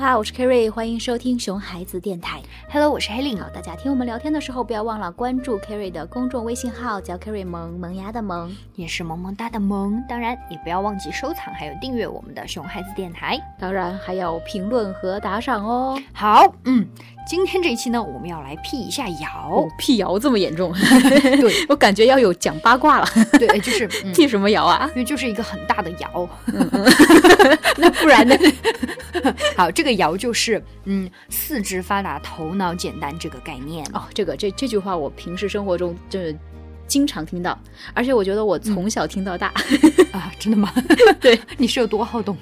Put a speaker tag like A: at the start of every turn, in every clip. A: 哈，我是 k e r r y 欢迎收听熊孩子电台。
B: Hello，我是黑领
A: 好，。大家听我们聊天的时候，不要忘了关注 k e r r y 的公众微信号，叫 k e r r y 萌萌芽的萌。
B: 也是萌萌哒的萌，当然也不要忘记收藏还有订阅我们的熊孩子电台。
A: 当然还有评论和打赏哦。
B: 好，嗯，今天这一期呢，我们要来辟一下谣。
A: 哦辟谣这么严 重？
B: 对
A: 我感觉要有讲八卦了，
B: 对， 就是、嗯、
A: 辟嗯什么谣啊？
B: 因为就是一个很大的谣。
A: 那不 然呢？
B: 好，这个谣就是嗯，四肢发达，头脑简单这个概 念。
A: 哦，这个这这句话我平时生活中就是经常听到，而且我觉得我从小听到大，
B: 啊，真的吗？
A: 对，
B: 你是有多好动？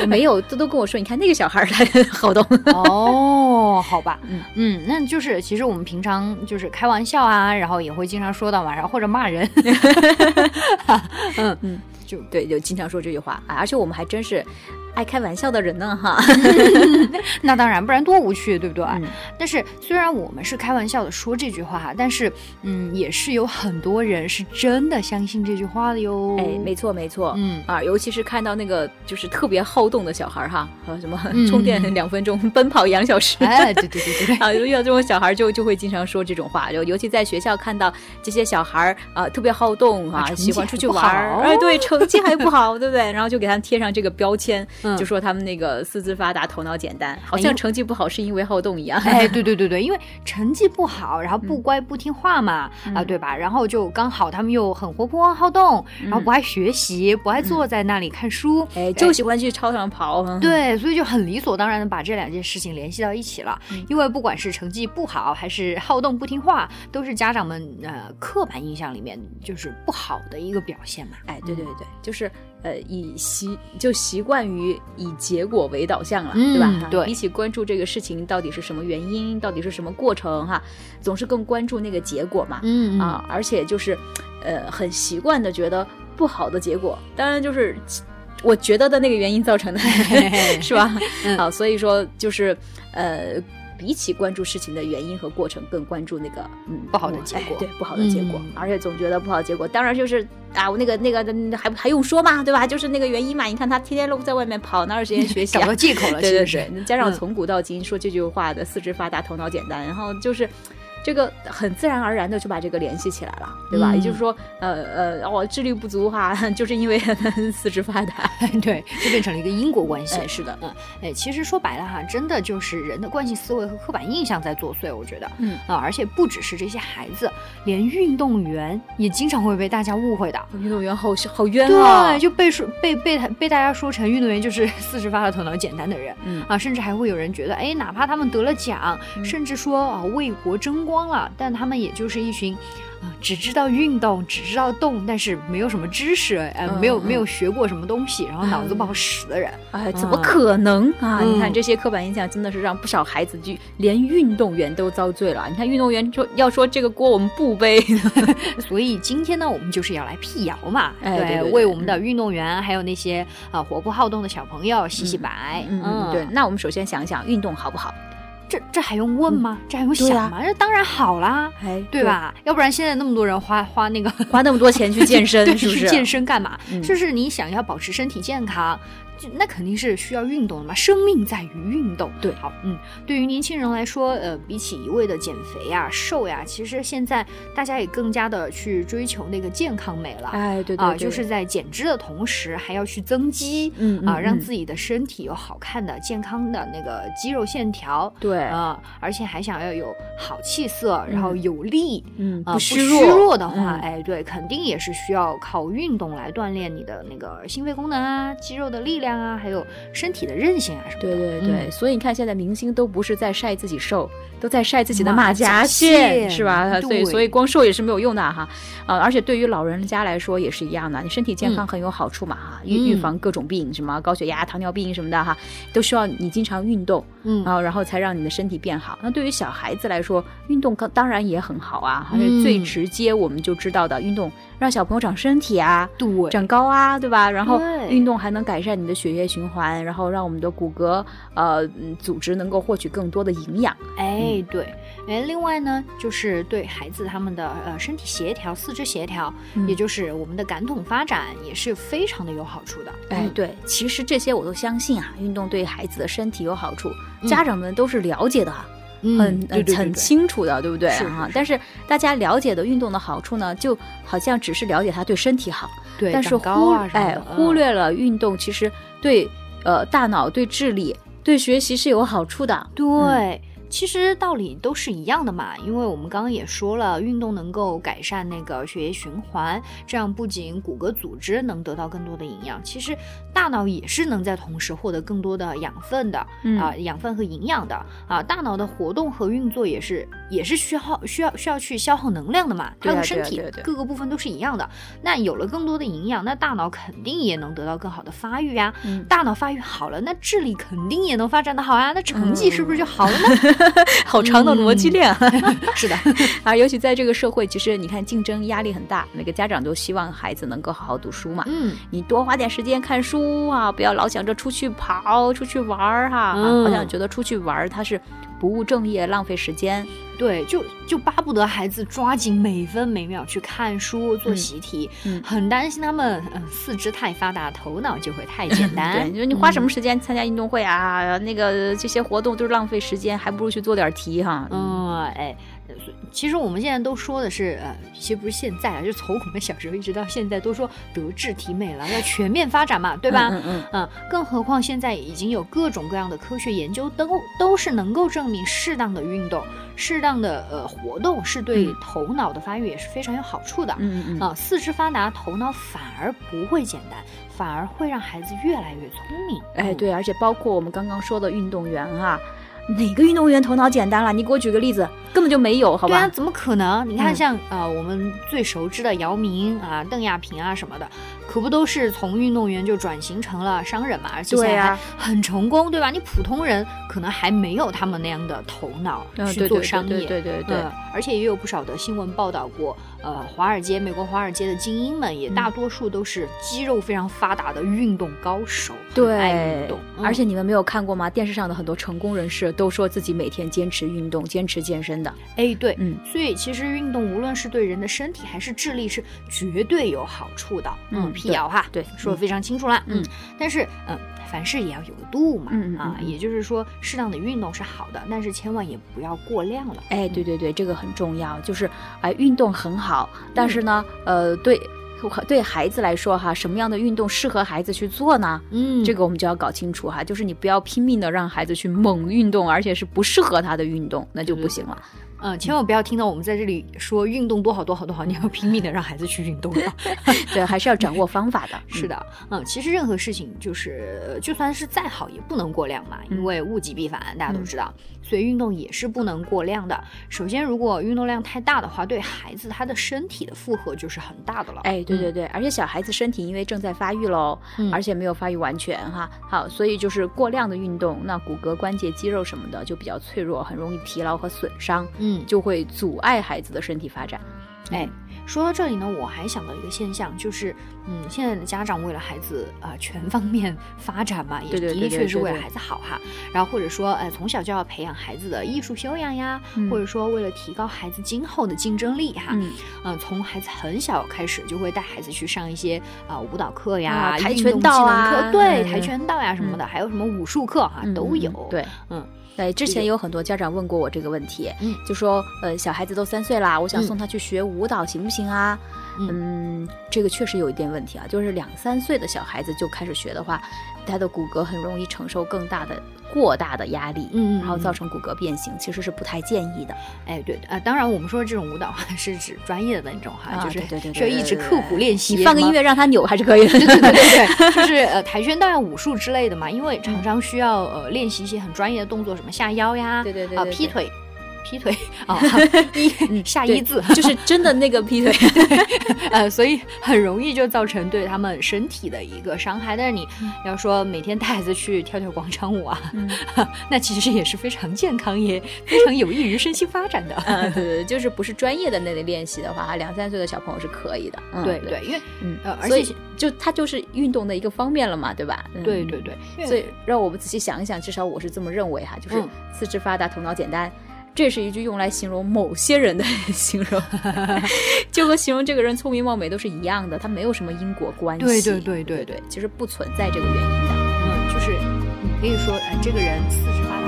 A: 我没有都都跟我说，你看那个小孩儿他好动。
B: 哦，好吧，
A: 嗯
B: 嗯嗯，那就是其实我们平常就是开玩笑啊，然后也会经常说到晚上或者骂 人，嗯
A: 嗯
B: 嗯，就
A: 对，就经常说这句话啊，而且我们还真是爱开玩笑的人呢，哈。
B: 那当然，不然多无趣，对不对？
A: 嗯
B: 但是虽然我们是开玩笑的说这句话哈，但是嗯，也是有很多人是真的相信这句话的哟。
A: 哎，没错没错，
B: 嗯
A: 啊，尤其是看到那个就是特别好动的小孩儿哈，还有什么
B: 嗯
A: 充电两分钟、奔跑两小时。
B: 哎，对对对对对，
A: 啊，遇到这种小孩儿就就会经常说这种话，就尤其在学校看到这些小孩儿啊、特别好动啊，
B: 成绩
A: 喜欢
B: 还
A: 出去
B: 不
A: 玩儿，
B: 好
A: 哎，对，成绩还不好，对不对？然后就给他们贴上这个标签，
B: 嗯
A: 就说他们那个四肢发达、头脑简单，好
B: 哎
A: 像
B: 呦
A: 成绩不好是因为好动一样。
B: 哎，对对对对，因为成绩不好，然后不乖不听话嘛，啊，
A: 嗯
B: 对吧？然后就刚好他们又很活泼好动，然后
A: 嗯
B: 不爱学习，不爱坐在那里看书，
A: 哎，就喜欢去操场跑。嗯，
B: 对，所以就很理所当然的把这两件事情联系到一起了，
A: 嗯
B: 因为不管是成绩不好还是好动不听话，都是家长们呃刻板印象里面就是不好的一个表现嘛。
A: 哎，对对对，就是呃，以习就习惯于以结果为导向了，
B: 嗯
A: 对吧？啊
B: 对
A: 比起关注这个事情到底是什么原因，到底是什么过程哈，总是更关注那个结果嘛。
B: 嗯
A: 啊，而且就是呃，很习惯的觉得不好的结果，当然就是我觉得的那个原因造成 的
B: 嘿嘿，
A: 是吧？
B: 嗯
A: 好，所以说就是呃。比起关注事情的原因和过程，更关注那个嗯
B: 不好的结
A: 哎
B: 果
A: 对不好的结果，
B: 嗯
A: 而且总觉得不好的结果，当然就是啊，我那个那个嗯还还用说嘛，对吧？就是那个原因嘛。你看他天天都在外面跑，哪有时间学习、
B: 找
A: 啊？
B: 到借口了，
A: 对
B: 是
A: 对
B: 不是？
A: 对，加上
B: 嗯
A: 从古到今说这句话的四肢发达、头脑简单，然后就是。这个很自然而然的就把这个联系起来了，对吧？
B: 嗯
A: 也就是说，呃呃，哦，智力不足哈，就是因为 四肢发达。
B: 对， 就变成了一个因果关系。
A: 哎，是的，
B: 哎，其实说白了哈，真的就是人的惯性思维和刻板印象在作祟，我觉得。
A: 嗯，
B: 啊，而且不只是这些孩子，连运动员也经常会被大家误会的。
A: 运动员好好冤啊！
B: 对，就被说被被他被大家说成运动员就是 四十发了头脑简单的人
A: 嗯
B: 啊，甚至还会有人觉得，哎，哪怕他们得了奖，
A: 嗯
B: 甚至说啊为国争光了，但他们也就是一群。啊，只知道运动，只知道动，但是没有什么知识，呃，
A: 嗯
B: 没有
A: 嗯
B: 没有学过什么东西，然后脑子不好使的人，
A: 哎，怎么可能啊？
B: 嗯
A: 你看这些刻板印象真的是让不少孩子就连运动员都遭罪了。你看运动员说要说这个锅我们不背，
B: 所以今天呢，我们就是要来辟谣嘛，
A: 哎对对对
B: 为我们的运动员还有那些啊活泼好动的小朋友洗洗白。
A: 嗯，对。，那我们首先想想运动好不好？
B: 这这还用问吗？这还用
A: 对啊
B: 想吗？这当然好啦，
A: 哎，
B: 对？吧？要不然现在那么多人花 花那个
A: 花那么多钱去健
B: 对
A: 身，是不
B: 去
A: 是？
B: 健身干嘛？
A: 嗯
B: 就是你想要保持身体健康，就那肯定是需要运动的嘛。生命在于运动。
A: 对
B: 好，嗯，对于年轻人来说，呃，比起一味的减肥呀、瘦呀，其实现在大家也更加的去追求那个健康美了。
A: 哎，对对
B: 啊，
A: 对
B: 就是在减脂的同时，还要去增肌，
A: 嗯
B: 啊，
A: 嗯
B: 让
A: 嗯
B: 自己的身体有好看的、健康的那个肌肉线条，
A: 对，
B: 啊，而且还想要有好气色，
A: 嗯
B: 然后有力，
A: 嗯，
B: 啊，
A: 不
B: 虚
A: 弱，
B: 的话，
A: 嗯
B: 哎，对，肯定也是需要靠运动来锻炼你的那个心肺功能啊、肌肉的力量啊，还有身体的韧性啊什么
A: 对
B: 的。
A: 对
B: 嗯
A: 对，所以你看，现在明星都不是在晒自己瘦，都在晒自己的
B: 马
A: 马甲
B: 甲
A: 线，
B: 线
A: 是吧？所以
B: 对
A: 所以光瘦也是没有用的哈，啊，而且对于老人家来说也是一样的，你身体健康很有好处嘛哈，预预
B: 嗯
A: 防各种病，什么高血压、糖尿病什么的哈，都需要你经常运动，
B: 嗯
A: 啊，然后才让你的身体变好。那对于小孩子来说，运动当当然也很好啊，还是最
B: 嗯
A: 直接我们就知道的运动，让小朋友长身体啊，
B: 对，
A: 长高啊，对吧？然后
B: 对
A: 运动还能改善你的血液循环，然后让我们的骨骼呃嗯组织能够获取更多的营养。
B: 哎，对，哎，另外呢，就是对孩子他们的呃身体协调、四肢协调，
A: 嗯
B: 也就是我们的感统发展，也是非常的有好处的。
A: 哎，
B: 嗯，
A: 对，其实这些我都相信啊，运动对孩子的身体有好处，
B: 嗯
A: 家长们都是了解的啊，
B: 嗯
A: 很
B: 对对对
A: 很很
B: 对
A: 清楚的，对不对
B: 是
A: 啊
B: 是？
A: 但是大家了解的运动的好处呢，就好像只是了解它对身体好，
B: 对，
A: 但是
B: 长
A: 忽、
B: 高啊什么
A: 哎
B: 的
A: 忽、略了运动其实对呃大脑、对智力、对学习是有好处的
B: 嗯。对。其实道理都是一样的嘛，因为我们刚刚也说了，运动能够改善那个血液循环，这样不仅骨骼组织能得到更多的营养，其实大脑也是能在同时获得更多的养分的。
A: 嗯
B: 啊、养分和营养的啊，大脑的活动和运作也是也是需要需要需要去消耗能量的嘛，它
A: 对啊
B: 和
A: 对
B: 身
A: 啊
B: 体
A: 对啊对啊
B: 各个部分都是一样的。那有了更多的营养，那大脑肯定也能得到更好的发育啊。
A: 嗯，
B: 大脑发育好了，那智力肯定也能发展的好啊，那成绩是不是就好了呢？
A: 好长的逻辑
B: 嗯
A: 链啊。
B: 是的，
A: 啊，尤其在这个社会，其实你看竞争压力很大，每个家长都希望孩子能够好好读书嘛。
B: 嗯，
A: 你多花点时间看书啊，不要老想着出去跑、出去玩儿、哈、啊
B: 嗯
A: 好像觉得出去玩儿它是不务正业、浪费时间。
B: 对，就就巴不得孩子抓紧每分每秒去看书、做
A: 嗯
B: 习题，
A: 嗯
B: 很担心他们、嗯四肢太发达，头脑就会太简单。
A: 对， 你说你花什
B: 嗯
A: 么时间参加运动会啊？那个这些活动都是浪费时间，还不如去做点题哈。
B: 嗯，哎，呃所以其实我们现在都说的是，呃，其实不是现在啊，就从我们小时候一直到现在都说德智体美劳要全面发展嘛，对
A: 对
B: 吧？
A: 嗯嗯
B: 嗯，更何况现在已经有各种各样的科学研究都都是能够证明适当的运动、适当的呃活动是对
A: 嗯
B: 头脑的发育也是非常有好处的。
A: 嗯嗯嗯。
B: 啊，四肢发达，头脑反而不会简单，反而会让孩子越来越聪明。
A: 哎，
B: 嗯，
A: 对，而且包括我们刚刚说的运动员啊，哪个运动员头脑简单了？你给我举个例子，根本就没有，好
B: 对啊，
A: 吧？
B: 怎么可能？你看
A: 嗯
B: 像、呃我们最熟知的姚明啊、邓亚萍啊什么的，可不都是从运动员就转型成了商人嘛？而且现
A: 对
B: 在还
A: 啊
B: 很成功，对吧？你普通人可能还没有他们那样的头脑
A: 嗯，
B: 啊去
A: 对对
B: 做
A: 对
B: 商业。
A: 对对对对。
B: 嗯，而且也有不少的新闻报道过，呃，华尔街，美国华尔街的精英们也
A: 嗯
B: 大多数都是肌肉非常发达的运动高手，很爱
A: 对
B: 运动，，嗯
A: 而且你们没有看过吗？电视上的很多成功人士都说自己每天坚持运动、坚持健身的。
B: 哎，对，
A: 嗯
B: 所以其实运动无论是对人的身体还是智力是绝对有好处的。
A: 嗯
B: 辟谣哈，
A: 对对
B: 说的非常清楚啦。
A: 嗯，
B: 但是嗯，凡事也要有个度嘛。
A: 嗯嗯
B: 啊，
A: 嗯嗯
B: 也就是说，适当的运动是好的，但是千万也不要过量了。
A: 哎，对对对，这个很重要，就是哎，运动很好，但是呢，呃，对对孩子来说哈，什么样的运动适合孩子去做呢？
B: 嗯
A: 这个我们就要搞清楚哈，就是你不要拼命的让孩子去猛运动，而且是不适合他的运动，那就不行了。
B: 嗯，千万不要听到我们在这里说运动多好多好多好，你要拼命的让孩子去运动了。
A: 对，还是要掌握方 法的。
B: 是
A: 的，
B: 的，嗯，其实任何事情就是，呃就算是再好，也不能过量嘛，因
A: 嗯
B: 为物极必反，大家都
A: 嗯
B: 知道，所以运动也是不能过量的。首先，如果运动量太大的话，对孩子他的身体的负荷就是很大的了。
A: 哎，对对
B: 嗯，
A: 对，而且小孩子身体因为正在发育喽，
B: 嗯
A: 而且没有发育完全哈，好，所以就是过量的运动，那骨骼、关节、肌肉什么的就比较脆弱，很容易疲劳和损伤，
B: 嗯，
A: 就会阻碍孩子的身体发展。
B: 哎，说到这里呢，我还想到一个现象，就是，嗯，现在的家长为了孩子啊、呃全方面 发展嘛，也
A: 对对对
B: 的
A: 对
B: 确是
A: 对
B: 为了
A: 对
B: 孩子好哈。然后或者说，呃，从小就要培养孩子的艺术修养呀，
A: 嗯
B: 或者说为了提高孩子今后的竞争力哈，
A: 嗯，
B: 嗯，从孩子很小开始就会带孩子去上一些啊、呃舞蹈课呀、
A: 啊跆
B: 运
A: 拳
B: 动
A: 道
B: 技能
A: 啊
B: 课对，
A: 嗯
B: 跆拳道呀什么的，还有什么武术课哈、
A: 嗯
B: 都有
A: 嗯。对，
B: 嗯，
A: 对，哎之前有很多家长问过我这个问题，
B: 嗯
A: 就说呃，小孩子都三岁啦，我想
B: 嗯
A: 送他去学舞蹈行不行啊？嗯这个确实有一点问题啊，就是两三岁的小孩子就开始学的话，他的骨骼很容易承受更大的过大的压力，
B: 嗯嗯
A: 然后造
B: 嗯
A: 成骨骼变形，其实是不太建议的。
B: 哎对啊、呃当然我们说这种舞蹈啊是指专业的那种哈，
A: 啊
B: 就是
A: 对对对对
B: 需要一直
A: 对对
B: 刻苦练习。
A: 你放个
B: 什么
A: 音乐让他扭还是可以的。
B: 对对 对对对，就是呃跆拳道呀、武术之类的嘛，因
A: 嗯
B: 为常常需要呃练习一些很专业的动作，什么下腰呀，
A: 对对对
B: 啊
A: 对
B: 劈
A: 对
B: 腿，劈腿啊，一
A: 嗯
B: 下
A: 对
B: 一字，
A: 就是真的那 个劈腿，
B: 呃，所以很容易就造成对他们身体的一个伤害。但是你
A: 嗯
B: 要说每天带孩子去跳跳广场舞啊，
A: 嗯
B: 那其实也是非常健康，也非常有益于身心发展的。
A: 啊，对对对，就是不是专业的那类练习的话，啊两三岁的小朋友是可以的。 嗯，
B: 对对，因为
A: 嗯
B: 呃，而
A: 所
B: 且
A: 以就它就是运动的一个方面了嘛，对吧？嗯
B: 对对。对，因为
A: 所以让我们仔细想一想，至少我是这么认为哈，就是
B: 嗯
A: 四肢发达，头脑简单。这是一句用来形容某些人的 形 容，就和形容这个人聪明貌美都是一样的，它没有什么因果关系。
B: 对对对对
A: 对对，其实不存在这个原因的。
B: 嗯，就是你可以说，哎，这个人四十八